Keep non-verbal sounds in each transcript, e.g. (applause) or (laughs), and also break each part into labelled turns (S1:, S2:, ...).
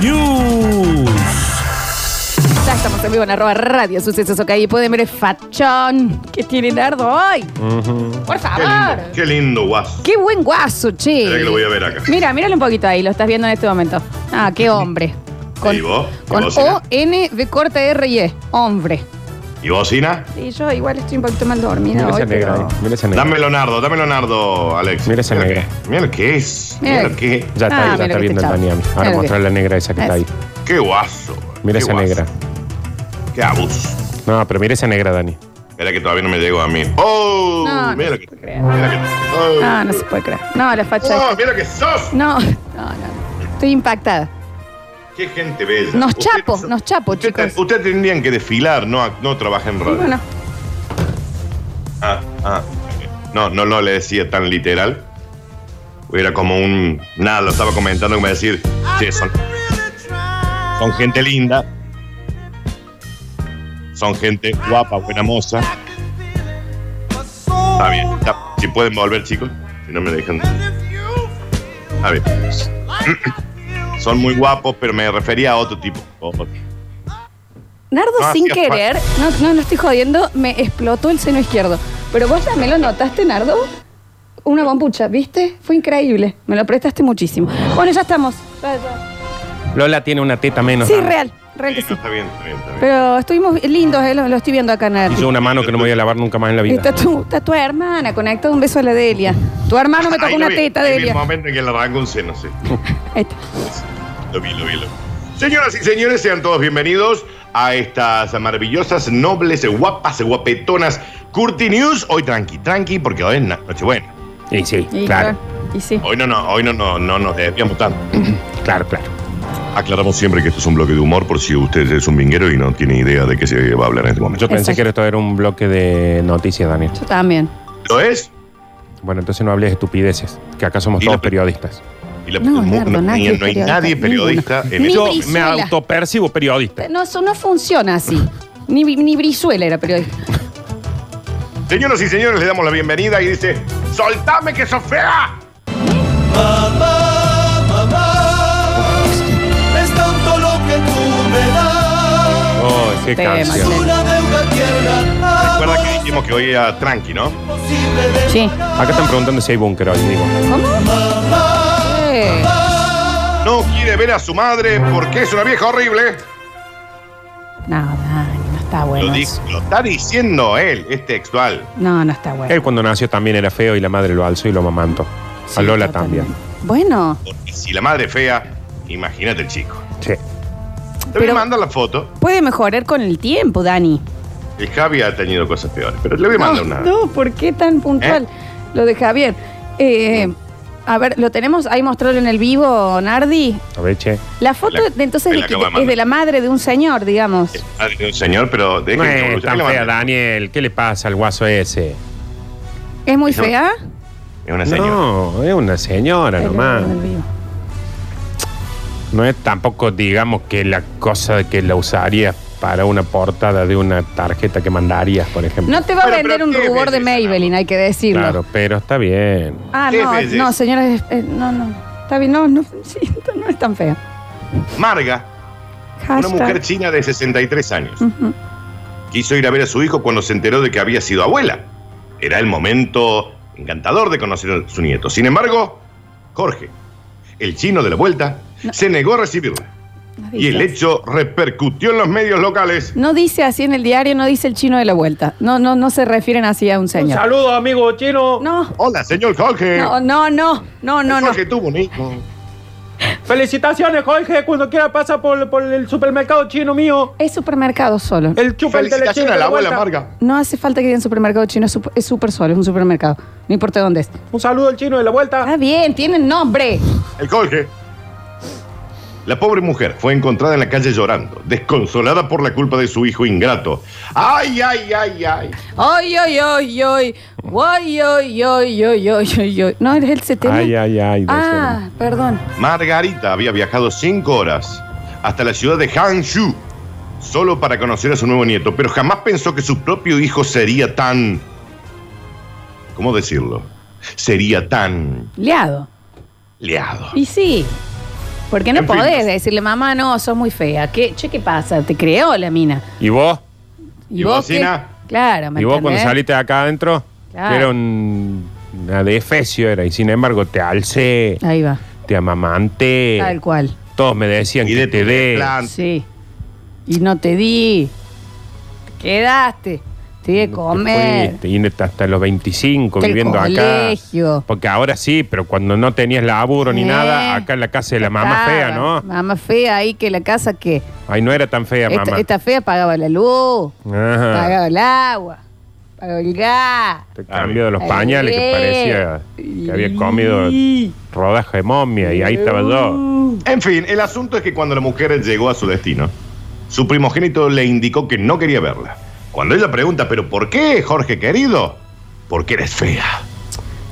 S1: News.
S2: Ya estamos en vivo en arroba radio sucesos ok. Y pueden ver el fachón que tiene Nardo hoy. Por
S3: Qué
S2: favor.
S3: lindo, qué lindo guaso.
S2: Qué buen guazo, che.
S3: Espera que lo voy a ver acá.
S2: Mira, míralo un poquito ahí, lo estás viendo en este momento. Ah, qué
S3: (laughs)
S2: hombre.
S3: ¿Y vos? ¿Y
S2: con
S3: vos,
S2: O,
S3: Ina?
S2: N, B corta, R y E. Hombre.
S3: ¿Y bocina?
S2: Y yo igual estoy un poquito mal dormida
S4: Mira
S2: hoy.
S4: esa negra
S2: pero-
S4: ahí, mira esa negra.
S3: Dámelo, Nardo, dámelo, Nardo, Alex.
S4: Mira esa
S3: que-
S4: negra.
S3: Mira lo que es.
S2: Mira
S3: Mira
S2: lo
S3: lo que.
S2: Ah,
S4: Ya está,
S2: mira
S4: ahí, ya está
S2: que
S4: viendo el
S2: está chavo.
S4: Daniel.
S2: Mira
S4: Ahora
S2: que-
S4: mostrar la negra esa que está ahí.
S2: Eso.
S3: Qué guaso. boludo,
S4: Mira
S3: qué
S4: esa
S3: guaso.
S4: negra.
S3: Qué abuso.
S4: No, pero mira esa negra, Dani.
S3: Espera que todavía no me llego a mí. ¡Oh!
S2: No, no
S3: mira lo
S2: se
S3: que.
S2: puede creer.
S3: Mira lo que. ¡Oh!
S2: Ah, No, no se puede creer. No, la facha.
S3: ¡Oh, mira lo que sos!
S2: No, no, no. Estoy impactada.
S3: ¡Qué gente bella!
S2: Nos
S3: Ustedes
S2: chapo,
S3: son-
S2: nos chapo,
S3: ustedes-
S2: chicos.
S3: Ustedes tendrían que desfilar, no, a- no trabajar en
S2: Y
S3: radio.
S2: bueno,
S3: Ah, ah. No, no lo le decía tan literal. Era como un. Nada, lo estaba comentando como decir. Che, son. Son gente linda. Son gente guapa, buena moza. Está bien. está- si pueden volver, chicos. Si no me dejan. Está bien. (clears throat) Son muy guapos, pero me refería a otro tipo. Oh, O- o-
S2: Nardo
S4: Ah,
S3: No
S2: sin
S3: hacía falta.
S2: querer, no, no lo estoy jodiendo, me explotó el seno izquierdo. Pero vos ya me lo notaste, Nardo. Una bombucha, ¿viste? Fue increíble. Me lo prestaste muchísimo. Bueno, ya estamos. Ya, ya.
S4: Lola tiene una teta menos.
S2: Sí,
S4: Dani.
S2: real, real que
S3: Sí, no,
S2: sí.
S3: está bien, está bien, está bien.
S2: Pero estuvimos lindos, eh, lo, lo estoy viendo acá,
S4: Y
S2: Nardo.
S4: yo una mano que no me voy a lavar nunca más en la vida.
S2: Está tu, está tu hermana, conecta un beso a la Delia. Tu hermano me
S3: Ahí
S2: tocó
S3: lo
S2: una
S3: vi,
S2: teta,
S3: ahí vi el
S2: Delia.
S3: momento en que le arrancó un seno, sí.
S2: Ahí está.
S3: Lo vi, lo vi, lo vi. Señoras y señores, sean todos bienvenidos a estas maravillosas, nobles, guapas, guapetonas Curti News. Hoy tranqui, tranqui, porque hoy es na- Nochebuena.
S4: Y sí,
S2: Y,
S4: claro,
S2: Y sí.
S3: Hoy no, no, hoy no, no, no nos desviamos tanto.
S4: claro, claro.
S3: Aclaramos siempre que esto es un bloque de humor por si usted es un vinguero y no tiene idea de qué se va a hablar en este momento.
S4: Yo pensé que esto era un bloque de noticias, Daniel.
S2: Yo también.
S3: Lo es.
S4: Bueno, entonces no hables de estupideces, que acá somos
S3: Y
S4: todos
S3: lo-
S4: periodistas.
S3: Y la-
S2: No,
S3: mu-
S2: Nardo,
S3: no-
S2: nadie
S3: ni-
S2: es
S3: no hay
S2: periodista,
S3: nadie periodista en
S2: Ni
S3: este
S4: Yo me
S2: Brizuela.
S4: autopercibo periodista.
S2: No, eso no funciona así. Ni, ni Brizuela era periodista.
S3: Señoras y señores, le damos la bienvenida y dice: ¡Soltame que sos fea!
S5: Mamá, mamá, es tanto lo que tú me das.
S4: Oh, qué
S2: Tema,
S4: canción.
S2: claro.
S5: Una deuda tierna,
S3: Recuerda que
S5: amor,
S3: dijimos que hoy era tranqui, ¿no?
S5: imposible de
S2: Sí.
S4: Acá están preguntando si hay búnker hoy, digo.
S2: ¿Cómo? Eh.
S3: No quiere ver a su madre porque es una vieja horrible.
S2: No, Dani, no está
S3: Lo,
S2: bueno.
S3: di-
S2: eso.
S3: lo está diciendo él, es textual.
S2: No, no está bueno.
S4: Él cuando nació también era feo y la madre lo alzó y lo mamantó.
S2: Sí,
S4: a Lola
S2: totalmente.
S4: también.
S2: Bueno,
S3: Porque si la madre es fea, imagínate el chico.
S4: Sí.
S3: Te voy
S2: Pero-
S3: a mandar la foto.
S2: puede mejorar con el tiempo, Dani.
S3: El Javi ha tenido cosas peores, pero le voy a
S2: No,
S3: mandar una.
S2: no, ¿por qué tan puntual
S3: ¿Eh?
S2: lo de Javier? Eh, a ver, ¿lo tenemos ahí mostrarlo en el vivo, Nardi?
S4: A ver, che.
S2: La foto
S3: La-
S2: de- entonces
S3: me
S2: de
S3: la
S2: que-
S3: acabo
S2: es
S3: de
S2: de
S3: mandar.
S2: la madre de un señor, digamos.
S3: Ah, de Un señor, pero dejen
S4: No
S3: que
S4: es
S3: evolucione,
S4: tan
S3: le mando.
S4: fea, Daniel. ¿Qué le pasa al guaso ese?
S2: ¿Es muy
S3: No,
S2: fea?
S3: Es una señora.
S4: No, es una señora
S2: Ahí lo
S4: nomás.
S2: veo en el vivo.
S4: No es tampoco, digamos, que la cosa que la usaría para una portada de una tarjeta que mandarías, por ejemplo.
S2: No te va a
S3: Bueno,
S2: vender
S3: pero
S2: un
S3: ¿qué
S2: rubor de
S3: belleza,
S2: Maybelline, hay que decirlo.
S4: Claro, pero está bien.
S2: Ah,
S3: ¿Qué
S2: no,
S3: belleza?
S2: no, señora, es- eh, no, no. Está bien, no, (laughs) no, sí, no es tan fea.
S3: Marga, una
S2: Hashtag.
S3: mujer china de 63 años,
S2: Ujú.
S3: quiso ir a ver a su hijo cuando se enteró de que había sido abuela. Era el momento encantador de conocer a su nieto. Sin embargo, Jorge, el chino de la vuelta, se negó a recibirla.
S2: No
S3: Y el
S2: dice.
S3: hecho repercutió en los medios locales.
S2: No dice así en el diario, no dice el chino de la vuelta. No, no, no se refieren así a un señor.
S4: saludo, amigo chino.
S2: No,
S3: Hola, señor Jorge.
S2: no, no, no, no, no, no.
S3: Jorge tuvo un hijo.
S4: Felicitaciones, Jorge. Cuando quiera pasa por, el supermercado chino mío.
S2: Es supermercado solo.
S4: El
S3: Felicitaciones a la abuela Marga.
S2: No hace falta que digan supermercado chino, es sup- es súper solo, es un supermercado. No importa dónde es.
S4: Un saludo al chino de la vuelta.
S2: Está bien, tienen nombre.
S3: El Jorge. La pobre mujer fue encontrada en la calle llorando, desconsolada por la culpa de su hijo ingrato. ¡Ay, ay, ay, ay!
S2: Ay, ay, ay, ay. Ay, ay, ay, ay, ay, ay, ay. No, es el setenta.
S4: Ay, ay, ay. decían.
S2: Ah, perdón.
S3: Margarita había viajado cinco horas hasta la ciudad de Hangzhou solo para conocer a su nuevo nieto, pero jamás pensó que su propio hijo sería tan... ¿Cómo decirlo? Sería tan
S2: Liado.
S3: leado.
S2: Y sí. Porque no
S3: En fin.
S2: podés decirle, mamá, no, sos muy fea. ¿Qué, che, ¿qué pasa? ¿Te creó la mina?
S4: ¿Y vos?
S3: ¿Y vos,
S2: qué?
S3: Sina?
S2: Claro, me
S4: ¿Y vos cuando
S2: entendés?
S4: saliste de acá adentro?
S2: Claro.
S4: que Era un, una defecio, era. Y sin embargo, te alcé,
S2: Ahí va,
S4: te amamanté.
S2: tal cual.
S4: Todos me decían
S3: Y
S4: que
S3: de
S4: te
S3: tu
S4: dé.
S3: plan.
S2: Sí. Y no te di. Te quedaste. Te di de comer.
S4: Te fuiste, y hasta los 25
S2: Del
S4: viviendo
S2: colegio.
S4: acá. Porque ahora sí, pero cuando no tenías laburo ni
S2: Eh.
S4: nada, acá en la casa de la mamá fea,
S2: Estaba.
S4: ¿no?
S2: Mamá fea ahí que la casa que.
S4: Ahí no era tan fea,
S2: Esta,
S4: mamá. Ah.
S2: esta fea pagaba la luz,
S4: Ajá.
S2: pagaba el agua, pagaba el gas.
S4: Te cambió de los pañales que
S2: Eh.
S4: parecía que había comido
S2: Y-
S4: rodaja de momia y ahí estaba yo.
S3: En fin, el asunto es que cuando la mujer llegó a su destino, su primogénito le indicó que no quería verla. Cuando ella pregunta, ¿pero por qué, Jorge querido? Porque eres fea.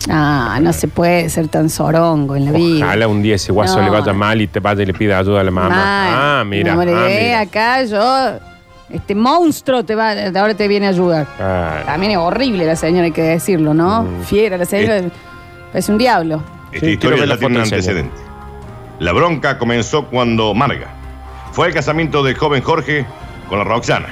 S2: Ah, no se puede ser tan sorongo en la vida.
S4: Ojalá un día ese guaso
S2: No.
S4: le vaya mal y te vaya y le pida ayuda a la mamá.
S2: Mal.
S4: Ah, mira.
S2: Hombre,
S4: ah,
S2: eh,
S4: mira.
S2: acá yo, este monstruo te va, ahora te viene a ayudar.
S4: Ah,
S2: También es horrible la señora, hay que decirlo, ¿no?
S4: Mm.
S2: Fiera la señora. Es un diablo.
S3: Esta
S4: Sí, quiero
S3: historia
S4: ver
S3: ya
S4: la
S3: tiene un
S4: foto, enseña.
S3: antecedente. La bronca comenzó cuando Marga fue al casamiento del joven Jorge con la Roxana.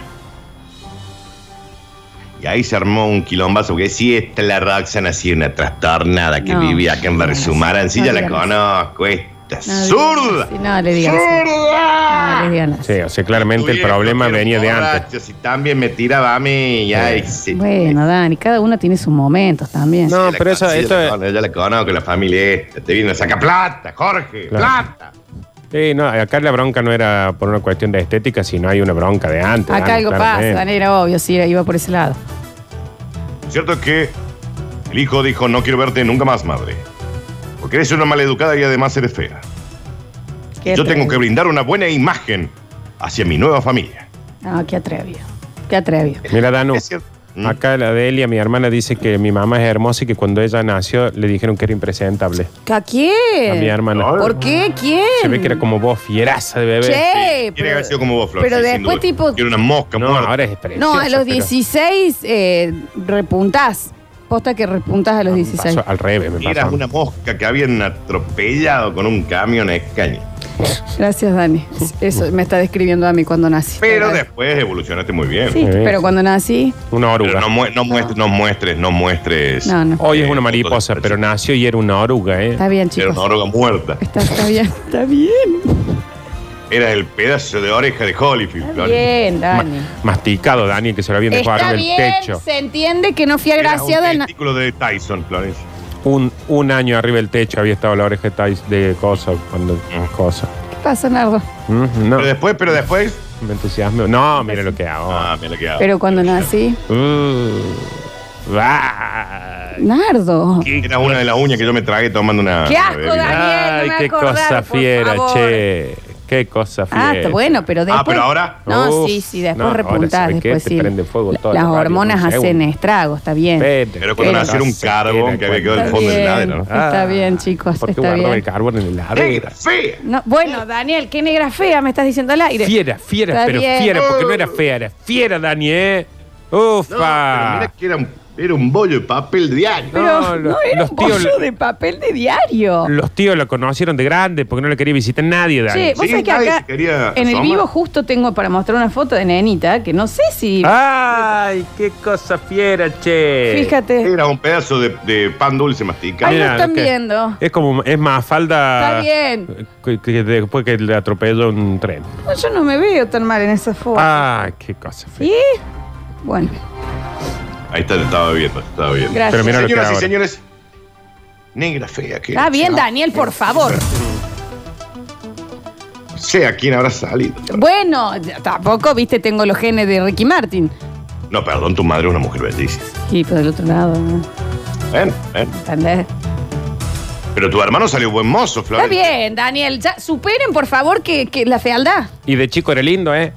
S3: Y ahí se armó un quilombazo, porque si esta es la Roxana, así una trastornada que
S2: No,
S3: vivía acá en
S2: no
S3: Versumaran, si
S2: digas
S3: ya
S2: eso, no
S3: la
S2: digas
S3: conozco, esta
S2: No
S3: zurda.
S2: digas así, no le digas así.
S3: ¡Zurda!
S2: No, lesbianas.
S4: sí, o sea, claramente el
S3: Viejo,
S4: problema
S3: que era
S4: venía de antes.
S3: borracho, Si también me tiraba a mí, ya existe.
S2: Bueno, Dani, cada una tiene sus momentos también.
S4: No, pero eso- esto es-
S3: Ya la conozco, la familia esta. Te vino a sacar plata, Jorge,
S4: Claro.
S3: plata.
S4: Sí, no, acá la bronca no era por una cuestión de estética, sino hay una bronca de antes. Dani,
S2: Acá algo pasa,
S4: claramente.
S2: Dani, era obvio, sí, iba por ese lado.
S3: Lo Cierto es que el hijo dijo, no quiero verte nunca más, madre. Porque eres una maleducada y además eres fea.
S2: Qué
S3: Yo tengo
S2: atrevido.
S3: que brindar una buena imagen hacia mi nueva familia.
S2: No, Ah, qué atrevido. Qué atrevido.
S4: Mira, Danu.
S3: Es cierto. Mm.
S4: Acá la Delia, mi hermana, dice que mi mamá es hermosa y que cuando ella nació le dijeron que era impresentable.
S2: ¿A quién?
S4: A mi hermana.
S2: ¿Por qué? ¿Quién?
S4: Se ve que era como vos, fieraza de bebé.
S2: Che,
S3: Tiene que haber sido como vos, Flor.
S2: pero
S3: sí, sin
S2: después
S3: duda.
S2: tipo-
S3: Quiero una mosca
S4: No,
S3: muerta.
S4: ahora es preciosa,
S2: No, a los
S4: pero
S2: 16 eh, repuntás. Posta que repuntás a los
S4: me
S2: 16.
S4: Ah, pasó al revés, me
S3: Eras
S4: pasó.
S3: una mosca que habían atropellado con un camión a escaño.
S2: Gracias, Dani. Es- Eso me está describiendo a mí cuando nací.
S3: Pero después evolucionaste muy bien.
S2: Sí,
S4: Sí.
S2: pero cuando nací.
S4: Una oruga.
S3: Pero no, mue- no muestres, no muestres, no muestres.
S2: No, no.
S4: Hoy es una
S3: Eh,
S4: mariposa,
S3: fotos de
S4: pero nació y era una oruga, ¿eh?
S2: Está bien,
S3: Era
S2: chicos.
S3: una oruga muerta.
S2: Está, está bien, está bien.
S3: Era el pedazo de oreja de Holyfield,
S2: Está
S3: Flor.
S2: bien, Dani.
S4: Masticado, Dani, que se lo habían dejado
S2: Está
S4: arriba del
S2: bien,
S4: techo.
S2: se entiende que no fui
S3: Era
S2: agraciada
S3: un
S2: en.
S3: testículo de Tyson, Florencia.
S4: Un, un año arriba del techo había estado la oreja de Tais- de cosa, cuando
S3: Mm.
S4: cosa.
S2: ¿Qué pasa, Nardo?
S4: Mm, No,
S3: Pero después, pero después.
S4: me entusiasmo. No, mira lo que hago.
S3: Ah, me la quedaba.
S2: Pero cuando nací.
S4: Uh, bah.
S2: Nardo.
S3: Era una de las uñas que yo me tragué tomando una.
S2: ¡Qué asco,
S3: bebida.
S2: Dani! Daniel,
S4: Ay,
S2: no me
S4: qué
S2: acordaba,
S4: cosa
S2: por
S4: fiera,
S2: favor.
S4: che. Qué cosa fiera.
S2: Ah, está bueno, pero después.
S3: pero ahora-
S2: No,
S4: Uf,
S2: sí, sí, después
S4: no, ahora,
S2: repuntás.
S4: ¿sabes qué?
S2: Después
S4: Te
S2: sí.
S4: prende fuego
S2: La-
S4: toda la
S2: Las
S4: radio en un
S2: hormonas hacen
S4: segundo.
S2: estragos, está bien.
S4: Vete,
S3: Pero cuando
S4: qué
S3: nació un
S4: cosa
S3: carbón
S4: fiera,
S3: que había quedado en
S4: cuando-
S2: Está
S3: el fondo del
S2: bien,
S3: ladro, ¿no?
S2: está
S4: Ah,
S2: bien, chicos,
S4: ¿Por qué
S2: Pues, está
S4: guardaban el
S2: bien.
S4: carbón en el
S3: ¡Negra,
S4: ladro?
S3: fea!
S2: No, bueno, Daniel, qué negra fea me estás diciendo al aire.
S4: Fiera, fiera,
S2: Está
S4: pero
S2: bien.
S4: fiera, porque no era fea, era fiera, Dani, ¿eh?
S3: Uh. No, pero
S4: Ufa.
S3: mira que era un, era un bollo de papel diario.
S2: Pero no,
S4: No, lo-
S2: era
S4: los
S2: un
S4: tíos-
S2: bollo de papel de diario.
S4: Los tíos lo conocieron de grande porque no le quería visitar nadie, Dani.
S2: Che, vos
S3: Sí,
S2: sabés que
S3: nadie
S2: acá
S3: se quería
S2: en el
S3: asomar.
S2: vivo justo tengo para mostrar una foto de nenita que no sé si.
S4: Ah, Ay, qué cosa fiera, che.
S2: Fíjate.
S3: Era un pedazo de, de pan dulce masticado.
S2: eh, Ay, lo
S4: Mira,
S2: están
S4: lo que-
S2: viendo.
S4: Es como, es más
S2: Está
S4: falda.
S2: bien.
S4: Que, que después que le atropelló un tren.
S2: No, yo no me veo tan mal en esa foto.
S4: Ah, qué cosa fea.
S2: ¿Sí? Bueno,
S3: Ahí está, estaba viendo, estaba viendo.
S2: gracias.
S4: Pero mira lo que
S3: Señoras y
S4: ahora.
S3: señores, negra fea que
S2: Está bien, Daniel, por favor.
S3: sea quien habrá salido.
S2: Bueno, tampoco, viste, tengo los genes de Ricky Martin.
S3: No, perdón, tu madre es una mujer bellísima.
S2: Sí, pero del otro lado, ¿no?
S3: Ven, ven.
S2: ¿entendés?
S3: Pero tu hermano salió buen mozo,
S2: Está
S3: Florencia.
S2: bien, Daniel. Ya superen, por favor, que, que la fealdad.
S4: Y de chico era lindo, ¿eh?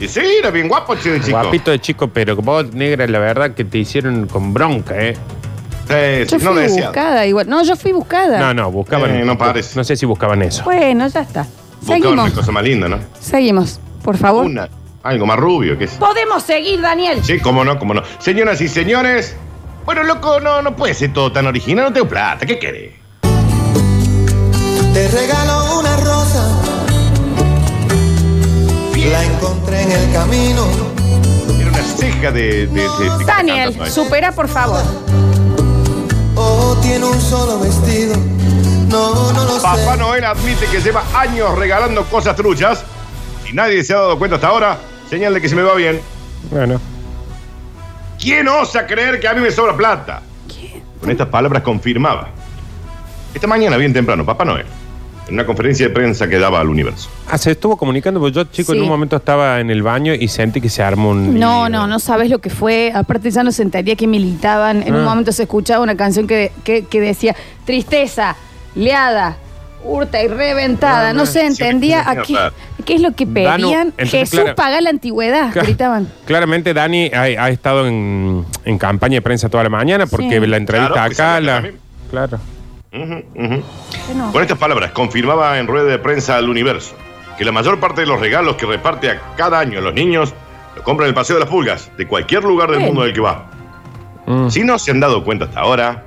S3: Y sí, era bien guapo, chico. chico.
S4: Guapito de chico, pero vos, negra, la verdad que te hicieron con bronca, ¿eh?
S3: Sí, sí,
S2: Yo
S3: no
S2: fui
S3: decía.
S2: buscada igual. No, yo fui buscada.
S4: No, no, buscaban.
S3: Eh, no parece.
S4: No sé si buscaban eso.
S2: Bueno, ya está.
S3: Buscaba una
S2: Seguimos.
S3: cosa más linda, ¿no?
S2: Seguimos, por favor.
S3: Una, algo más rubio, qué sé.
S2: Podemos seguir, Daniel.
S3: Sí, cómo no, cómo no. Señoras y señores, bueno, loco, no, no puede ser todo tan original, no tengo plata, ¿qué querés?
S5: Te regalo una rosa. La encontré en el camino.
S3: Era una ceja de... de, de- de-
S2: Daniel,
S3: cantando, ¿eh?
S2: supera, por favor.
S5: Oh, tiene un solo vestido. No, no lo
S3: Papá
S5: sé.
S3: Noel admite que lleva años regalando cosas truchas y nadie se ha dado cuenta hasta ahora. Señal de que se me va bien.
S4: Bueno.
S3: ¿Quién osa creer que a mí me sobra plata? Con estas palabras confirmaba. Esta mañana, bien temprano, Papá Noel, en una conferencia de prensa que daba al universo.
S4: Ah, se estuvo comunicando, porque yo, chico,
S2: Sí.
S4: en un momento estaba en el baño y sentí que se armó un.
S2: No,
S4: (laughs) lío.
S2: no, no sabes lo que fue. Aparte ya no sentaría que militaban. En un
S4: Ah.
S2: momento se escuchaba una canción que, que, que decía tristeza, leada, hurta y reventada.
S4: Ah,
S2: No se
S3: sí,
S2: entendía
S3: sí,
S2: a qué,
S3: claro.
S2: qué es lo que
S4: Danu,
S2: pedían.
S4: entonces,
S2: Jesús
S4: claro.
S2: paga la antigüedad,
S4: Ca-
S2: gritaban.
S4: Claramente Dani ha, ha estado en, en campaña de prensa toda la mañana porque
S2: Sí.
S4: la entrevista
S3: Claro, porque
S4: acá
S3: salió
S4: la...
S3: también.
S4: Claro.
S3: Ujú, ujú.
S2: Bueno,
S3: Con estas palabras, confirmaba en rueda de prensa al universo que la mayor parte de los regalos que reparte a cada año a los niños lo compran en el Paseo de las Pulgas, de cualquier lugar del
S2: Bien.
S3: mundo del que va.
S4: Mm.
S3: Si no se han dado cuenta hasta ahora,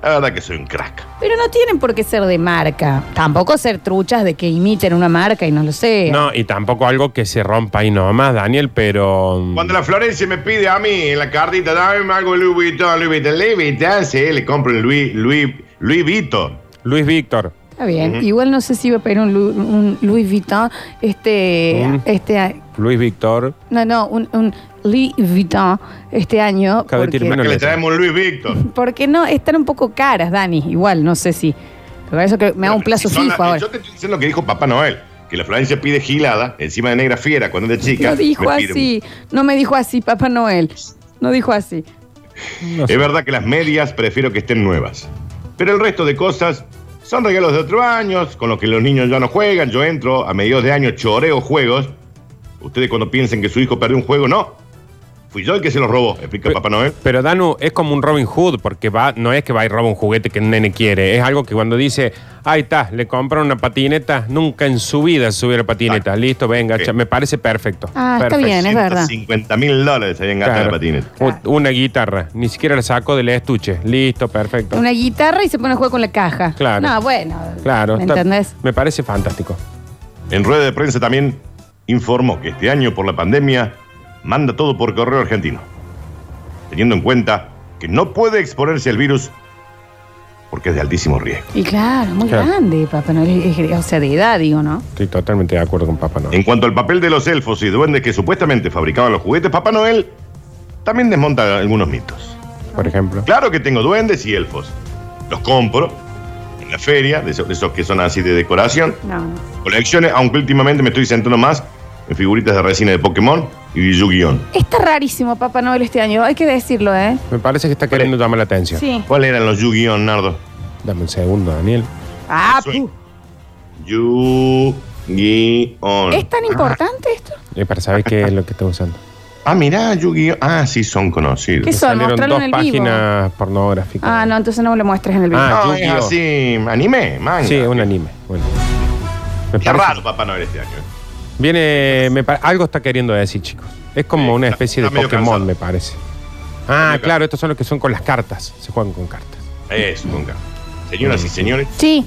S3: la verdad que soy un crack.
S2: Pero no tienen por qué ser de marca. Tampoco ser truchas de que imiten una marca y no lo sé.
S4: No, y tampoco algo que se rompa ahí nomás, Daniel, pero... mm,
S3: Cuando la Florencia me pide a mí en la cartita, dame algo Louis Vuitton, Louis Vuitton, Louis Vuitton, sí, le compro el Louis, Louis, Louis Vuitton.
S4: Luis Víctor.
S2: Está bien. Igual no sé si iba a pedir un, Lu- un Louis Vuitton, este,
S4: Mm.
S2: este,
S4: Luis Víctor.
S2: no, no, un, un Louis Vuitton este año.
S4: Cada vez tiene
S3: Que
S2: Porque,
S4: menos. No
S3: le
S4: le
S3: traemos un Louis Vuitton.
S2: porque no, están un poco caras, Dani. Igual, no sé si. Por eso que me hago un plazo
S3: Si son
S2: fijo
S3: las-
S2: ahora.
S3: Yo te estoy diciendo lo que dijo Papá Noel, que la Florencia pide gilada encima de negra fiera cuando es de chica.
S2: No dijo
S3: me pide un-
S2: así. No me dijo así, Papá Noel. No dijo así.
S4: No sé.
S3: Es verdad que las medias prefiero que estén nuevas. Pero el resto de cosas son regalos de otros años, con los que los niños ya no juegan. Yo entro a mediados de año, choreo juegos. Ustedes cuando piensen que su hijo perdió un juego, no. Fui yo el que se los robó, explica
S4: Pe-
S3: Papá Noel.
S4: Pero Danu es como un Robin Hood, porque va, no es que va y roba un juguete que un nene quiere, es algo que cuando dice, ahí está, le compran una patineta, nunca en su vida subió la
S3: Ah,
S4: patineta, listo, venga,
S3: Sí.
S4: cha- me parece perfecto.
S2: Ah, está
S4: Perfecto.
S2: bien, es verdad.
S3: 150 mil dólares habían gastado en
S4: Claro.
S3: la patineta.
S2: Claro.
S4: U- Una guitarra, ni siquiera la saco del estuche, listo, perfecto.
S2: Una guitarra y se pone a jugar con la caja.
S4: Claro.
S2: No, bueno.
S4: Claro,
S2: ¿Me
S4: está-
S2: entendés?
S4: me parece fantástico.
S3: En rueda de prensa también informó que este año por la pandemia manda todo por correo argentino, teniendo en cuenta que no puede exponerse al virus porque es de altísimo riesgo.
S2: Y claro, muy
S4: Claro.
S2: grande, Papá Noel. es- O sea, de edad, digo, ¿no?
S4: Estoy totalmente de acuerdo con Papá Noel.
S3: En cuanto al papel de los elfos y duendes que supuestamente fabricaban los juguetes, Papá Noel también desmonta algunos mitos.
S4: Por ejemplo.
S3: Claro que tengo duendes y elfos. Los compro en la feria, de esos, de esos que son así de decoración.
S2: No, no.
S3: Colecciones, aunque últimamente me estoy centrando más en figuritas de resina de Pokémon y Yu-Gi-Oh!
S2: Está rarísimo Papá Noel este año, hay que decirlo, ¿eh?
S4: Me parece que está queriendo llamar la atención.
S2: Sí.
S3: ¿Cuáles eran los Yu-Gi-Oh, Nardo?
S4: Dame un segundo, Daniel.
S2: Ah,
S3: Soy-
S2: pu.
S3: Yu-Gi-Oh.
S2: ¿Es tan importante esto?
S4: Y para saber qué es lo que
S2: (laughs)
S4: está usando.
S3: Ah, mirá, Yu-Gi-oh. Ah, sí, son conocidos.
S2: ¿Qué son?
S4: Salieron
S2: Mostralo
S4: dos
S2: en el vivo.
S4: páginas pornográficas.
S2: Ah, no, entonces no me lo muestres en el video.
S4: Ah,
S3: No, es
S4: Yu-Gi-Oh.
S3: así, anime,
S2: Ah.
S3: manga.
S4: Sí, un anime. Bueno. Me
S3: Qué
S4: parece-
S3: raro Papá Noel este año.
S4: Viene, me pa- algo está queriendo decir, chicos. Es como
S3: Sí,
S4: una
S3: está-
S4: especie
S3: está
S4: de
S3: medio
S4: Pokémon,
S3: cansado.
S4: me parece. Ah,
S3: medio
S4: claro, estos son los que son con las cartas. Se juegan con cartas.
S3: ¿eh? Eso, nunca. Señoras y señores,
S2: Sí.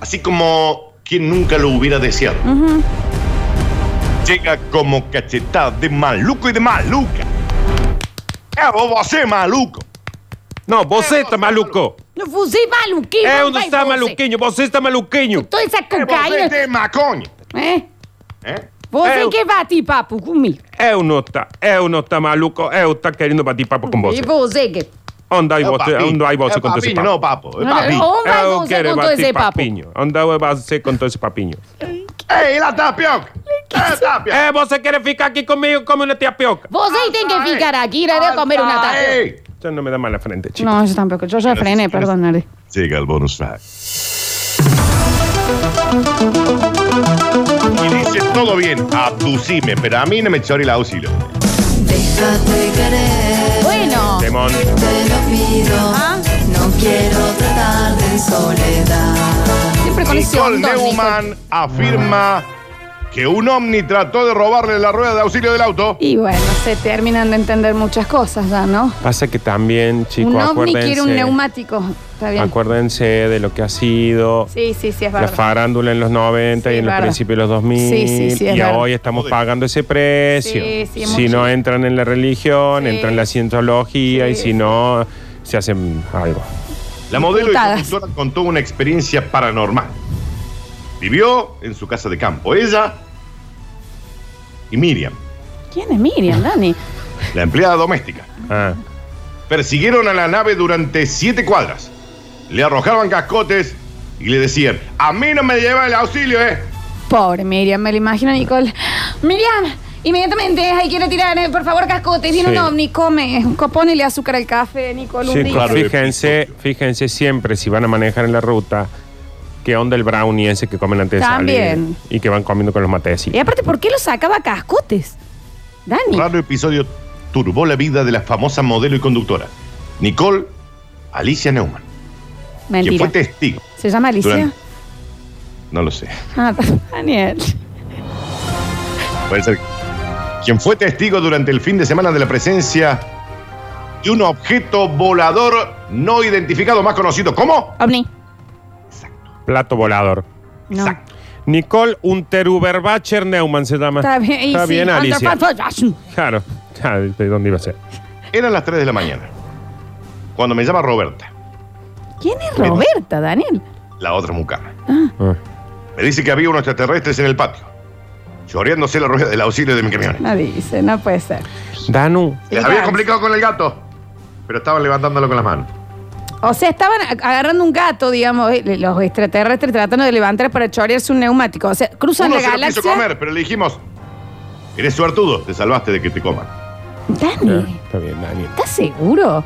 S3: así como quien nunca lo hubiera deseado,
S2: ujú.
S3: llega como cachetada de maluco y de maluca. ¡Eh, vos, vos sé, maluco!
S4: No,
S3: Eh,
S4: vos está maluco.
S2: No fusí maluquino.
S4: Eh,
S2: no
S4: ¿dónde está
S2: hay voces.
S4: maluqueño? Vos está maluqueño.
S2: Toda esa
S3: ¡Eh, vos sé
S2: cocaína.
S3: de macoño!
S2: ¿Eh?
S3: ¿Eh?
S2: ¿Vos
S4: Eh,
S2: en qué va a ti, papu? Gumi.
S4: Eu no Eh, está, eu no está maluco, eu está queriendo batir papo con
S6: eh.
S4: vos.
S2: ¿Y vos en qué?
S4: ¿Dónde hay
S3: Eh,
S4: vos?
S3: papi.
S4: ¿Dónde hay vos
S3: Eh,
S4: con todo ese
S3: papiño,
S4: papo?
S3: No, papo, es
S2: No,
S3: papi.
S2: no, ¿Dónde hay
S4: Eu
S2: vos
S4: quiero
S2: con todo ese
S4: batir
S2: papo?
S4: papiño. ¿Dónde hay vos con todo ese papiño?
S3: ¡Ey, la tapioca! ¡Eh, tapioca!
S4: Eh, vos querés ficar aquí conmigo como una tía pioca.
S3: Ah,
S2: Vos ahí tenés que ficar aquí, iré a comer una tarde.
S3: Ey,
S4: Sí, Ya no me da mala frente, chicos.
S2: No, yo tampoco. Yo ya frené, perdón, Nardi.
S3: Llega el bonus track. Y dice todo bien, abducime, pero a mí no me chori la auxilio.
S6: Déjate querer,
S2: Bueno.
S4: Temón.
S6: te lo pido.
S2: Ajá.
S6: No quiero tratar de en soledad.
S2: Siempre con ese
S3: Nicole
S2: hondón, Nicole.
S3: Neumann afirma que un ovni trató de robarle la rueda de auxilio del auto.
S2: Y bueno, se terminan de entender muchas cosas ya, ¿no?
S4: Pasa que también, chicos,
S2: un ovni
S4: acuérdense.
S2: quiere un neumático. Está bien.
S4: Acuérdense de lo que ha sido.
S2: Sí, sí, sí, es
S4: La
S2: verdad.
S4: farándula en los 90
S2: Sí,
S4: y en los
S2: verdad.
S4: principios de los 2000.
S2: Sí, sí, sí, es
S4: y
S2: verdad.
S4: hoy estamos pagando ese precio.
S2: Sí, sí, es
S4: si
S2: mucho.
S4: no entran en la religión,
S2: Sí.
S4: entran en la cientología
S2: Sí,
S4: y si
S2: sí.
S4: no, se hacen algo.
S3: La modelo y
S2: Putadas.
S3: conductora contó una experiencia paranormal. Vivió en su casa de campo ella y Miriam,
S2: ¿Quién es Miriam, Dani?
S3: la empleada doméstica.
S4: Ah,
S3: Persiguieron a la nave durante siete cuadras. Le arrojaban cascotes y le decían, a mí no me llevan el auxilio, ¿eh?
S2: Pobre Miriam, me lo imagino, Nicole. Miriam, inmediatamente, ahí quiero tirar, eh, por favor, cascote. Viene
S4: Sí.
S2: un ovni, come, co- ponele azúcar al café, Nicole, un
S4: chicos,
S2: día.
S3: claro.
S4: fíjense, fíjense siempre si van a manejar en la ruta, qué onda el brownie ese que comen antes de salir.
S2: También. Eh.
S4: Y que van comiendo con los
S2: Y
S4: matecitos.
S2: aparte, ¿por qué lo sacaba a cascotes? Dani.
S3: Un raro episodio turbó la vida de la famosa modelo y conductora, Nicole Alicia Neumann, quien
S2: Mentira.
S3: fue testigo.
S2: ¿Se llama Alicia?
S3: durante- No lo sé.
S2: Ah, Daniel.
S3: Puede ser. Quien fue testigo durante el fin de semana de la presencia de un objeto volador no identificado, más conocido como.
S2: Ovni.
S4: Plato volador.
S2: No.
S3: Exacto.
S4: Nicole Unteruberbacher Neumann se llama.
S2: Está bien, y
S4: Está
S2: sí,
S4: bien,
S2: otro
S4: Alicia.
S2: paso.
S4: Claro, ya, ¿de dónde iba a ser?
S3: Eran las 3 de la mañana, cuando me llama Roberta,
S2: ¿Quién es Roberta, Daniel?
S3: la otra mucama.
S4: Ah.
S3: Me dice que había unos extraterrestres en el patio, choreándose la rueda del auxilio de mi camión.
S2: No dice, no puede ser.
S4: Danu,
S3: Les había complicado con el gato, pero estaban levantándolo con las manos.
S2: O sea, estaban ag- agarrando un gato, digamos, eh, los extraterrestres tratando de levantar para chorearse un neumático. O sea, cruzan
S3: Uno
S2: la
S3: se lo quiso
S2: galaxia.
S3: comer, pero le dijimos: Eres suertudo, te salvaste de que te coman.
S2: Dani,
S4: Ah, Está bien, Daniel.
S2: ¿estás seguro?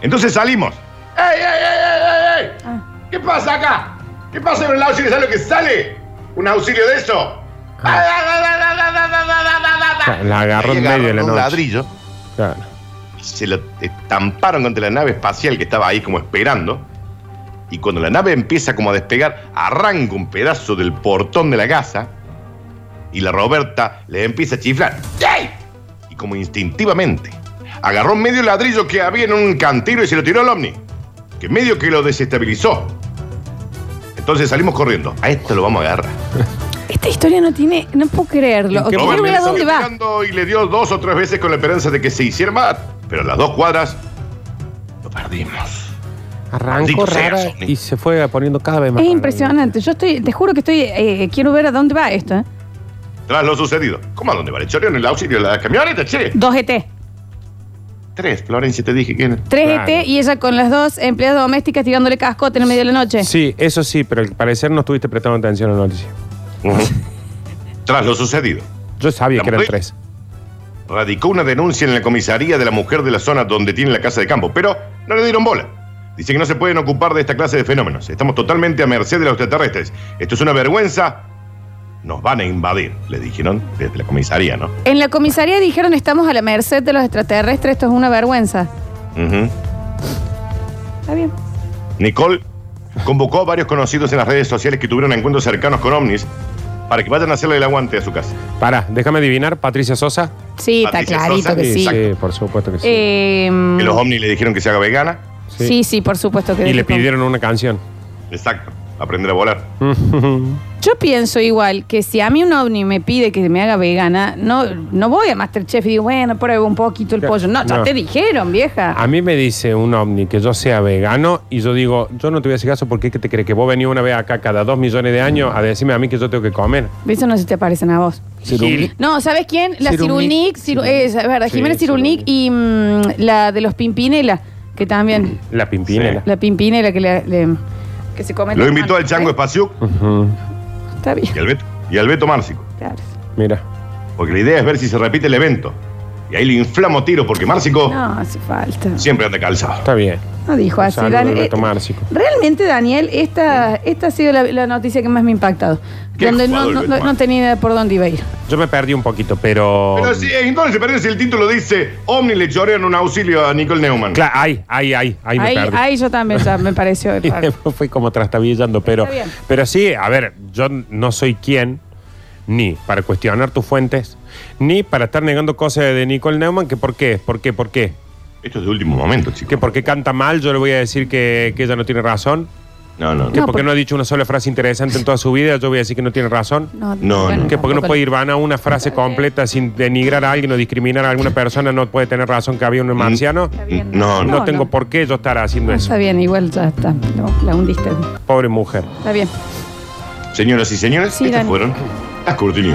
S3: Entonces salimos. ¡Ey, ey, ey, ey, ey! ey!
S4: Ah.
S3: ¿Qué pasa acá? ¿Qué pasa con el auxilio? ¿Sabes lo que sale? ¿Un auxilio de eso? Ah,
S4: Ah, la agarró en
S3: Ahí
S4: medio de la
S3: agarraron un
S4: noche.
S3: ladrillo
S4: Claro.
S3: y se lo estamparon contra la nave espacial que estaba ahí como esperando. Y cuando la nave empieza como a despegar, arranca un pedazo del portón de la casa y la Roberta le empieza a chiflar. ¡Ey! Y como instintivamente, agarró medio ladrillo que había en un cantero y se lo tiró al ovni, que medio que lo desestabilizó. Entonces salimos corriendo. A esto lo vamos a agarrar.
S2: Esta historia no tiene. No puedo creerlo.
S4: ¿En qué
S2: Quiero ver a dónde va.
S3: Pegando Y le dio dos o tres veces con la esperanza de que se hiciera más. Pero a las dos cuadras lo perdimos.
S4: Arrancó
S3: Maldito sea,
S4: rara
S3: Sony.
S4: y se fue poniendo cada vez más.
S2: Es
S4: rara.
S2: impresionante. Yo estoy, te juro que estoy. eh, quiero ver a dónde va esto. ¿eh?
S3: Tras lo sucedido. ¿Cómo a dónde va el choreo en el auxilio de la camioneta, che?
S2: 2GT.
S3: Tres, Florencia, te dije que era.
S2: 3GT
S4: Claro.
S2: E y ella con las dos empleadas domésticas tirándole cascote en el medio de la noche.
S4: Sí, eso sí, pero al parecer no estuviste prestando atención a la noticia.
S3: Ujú. Tras lo sucedido,
S4: Yo sabía
S3: La
S4: que eran
S3: mujer-
S4: tres.
S3: radicó una denuncia en la comisaría de la mujer de la zona donde tiene la casa de campo, pero no le dieron bola. Dice que no se pueden ocupar de esta clase de fenómenos. Estamos totalmente a merced de los extraterrestres. Esto es una vergüenza. Nos van a invadir, le dijeron desde la comisaría, ¿no?
S2: En la comisaría dijeron estamos a la merced de los extraterrestres, esto es una vergüenza.
S3: Ujú.
S2: Está bien.
S3: Nicole convocó a varios conocidos en las redes sociales que tuvieron encuentros cercanos con ovnis para que vayan a hacerle el aguante a su casa.
S4: Pará, déjame adivinar, Patricia Sosa.
S2: Sí,
S3: Patricia
S2: está clarito
S3: Sosa,
S2: que sí.
S3: exacto.
S4: por supuesto que sí.
S2: Eh,
S3: Que los ovnis le dijeron que se haga vegana.
S2: sí. sí, por supuesto que
S4: y le
S2: dejó.
S4: pidieron una canción.
S3: Exacto. Aprender a volar.
S2: Yo pienso igual que si a mí un ovni me pide que me haga vegana, no, no voy a Masterchef y digo, bueno, pruebo un poquito el
S4: Ya,
S2: pollo. No, ya
S4: no.
S2: te dijeron, vieja.
S4: A mí me dice un ovni que yo sea vegano y yo digo, yo no te voy a hacer caso porque es que te crees que vos venís una vez acá cada dos millones de años a decirme a mí que yo tengo que comer.
S2: Eso no se te parecen a vos.
S4: Gil.
S2: No, ¿sabes quién? La Cirulnik,
S4: Cirulnik.
S2: Ciru- eh, es verdad,
S4: Sí,
S2: Jimena Cirulnik y mm, la de los Pimpinela, que también,
S4: La pimpinela.
S2: la Pimpinela que le, le- que se come.
S3: Lo invitó al Chango Espaciuc
S4: Ujú,
S2: Está bien,
S3: y al Beto, y al Beto Márcico.
S2: claro.
S4: Mira.
S3: Porque la idea es ver si se repite el evento. Y ahí le inflamo tiro porque Márcico
S2: No, hace falta.
S3: siempre anda calzado.
S4: Está bien.
S2: No dijo así.
S4: Saludo,
S2: Daniel.
S4: Alberto Márcico.
S2: Realmente, Daniel, esta, esta ha sido la, la noticia que más me ha impactado.
S3: Qué
S2: Donde no,
S3: jugador,
S2: no-
S3: Alberto
S2: no tenía idea por dónde iba a ir.
S4: Yo me perdí un poquito, pero.
S3: Pero sí, entonces, pero si el título dice Omni le chorean un auxilio a Nicole Neumann.
S4: Claro, ahí, ahí, ahí, ahí me
S2: Ahí,
S4: perdí. (laughs)
S2: ahí yo también ya me pareció.
S4: Y después fui como trastabillando, pero,
S2: Está bien.
S4: pero sí, a ver, yo no soy quien ni para cuestionar tus fuentes, ni para estar negando cosas de Nicole Neumann, que por qué, por qué, por qué,
S3: Esto es de último momento,
S4: que
S3: chicos.
S4: porque canta mal yo le voy a decir que, que ella no tiene razón,
S3: No, no,
S4: que
S3: no.
S2: No,
S4: porque
S2: por-
S4: no ha dicho una sola frase interesante en toda su vida yo voy a decir que no tiene razón,
S2: No,
S3: No, no.
S4: que porque no
S2: tampoco
S4: puede
S2: le-
S4: ir van a una frase completa sin denigrar a alguien o discriminar a alguna persona, no puede tener razón que había un marciano,
S2: Está bien.
S3: No,
S2: no.
S4: no,
S2: Ah,
S4: tengo por qué yo estar haciendo eso,
S2: Está bien, igual ya está. No, la hundiste.
S4: pobre mujer.
S2: Está bien.
S3: Señoras y señores,
S2: Sí,
S3: estas
S2: Dani.
S3: fueron las Curti News.